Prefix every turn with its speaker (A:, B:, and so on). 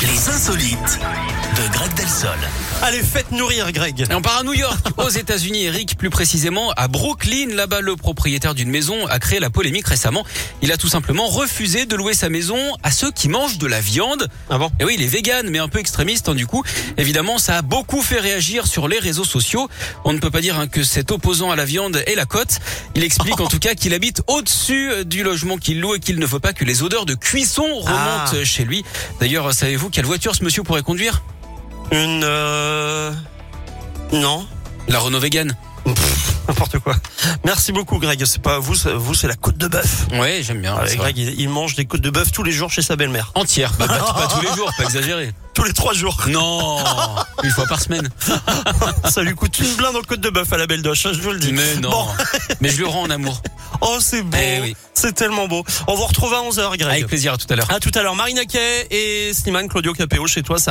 A: Les insolites de Greg Delsol.
B: Allez, faites nourrir Greg.
C: Et on part à New York, aux États-Unis, Eric, plus précisément à Brooklyn. Là-bas, le propriétaire d'une maison a créé la polémique récemment. Il a tout simplement refusé de louer sa maison à ceux qui mangent de la viande.
B: Ah bon
C: Et oui, il est vegan, mais un peu extrémiste. hein, du coup, évidemment, ça a beaucoup fait réagir sur les réseaux sociaux. On ne peut pas dire hein, que cet opposant à la viande est la cote. Il explique en tout cas qu'il habite au-dessus euh, du logement qu'il loue et qu'il ne veut pas que les odeurs de cuisson
B: Ah.
C: remontent euh, chez lui. D'ailleurs, euh, savez-vous quelle voiture ce monsieur pourrait conduire
B: Une... euh, Non
C: La Renault vegan.
B: Pff, N'importe quoi. Merci beaucoup Greg. C'est pas vous, c'est- vous c'est la côte de bœuf.
C: Ouais, j'aime bien.
B: Ah,
C: c'est vrai.
B: Greg, il, il mange des côtes de bœuf tous les jours chez sa belle-mère.
C: Entière, Bah, pas, pas tous les jours, pas exagéré.
B: Tous les trois jours.
C: Non, une fois par semaine.
B: Ça lui coûte une blinde en côte de bœuf à la belle doche, hein, je vous le dis.
C: Mais non,
B: Bon.
C: mais je le rends en amour.
B: Oh, c'est beau.
C: Eh oui.
B: C'est tellement beau. On vous retrouve à 11h, Greg.
C: Avec plaisir, à tout à l'heure.
B: À tout à l'heure. Marina Kay et Slimane Claudio Capéo chez toi, ça arrive.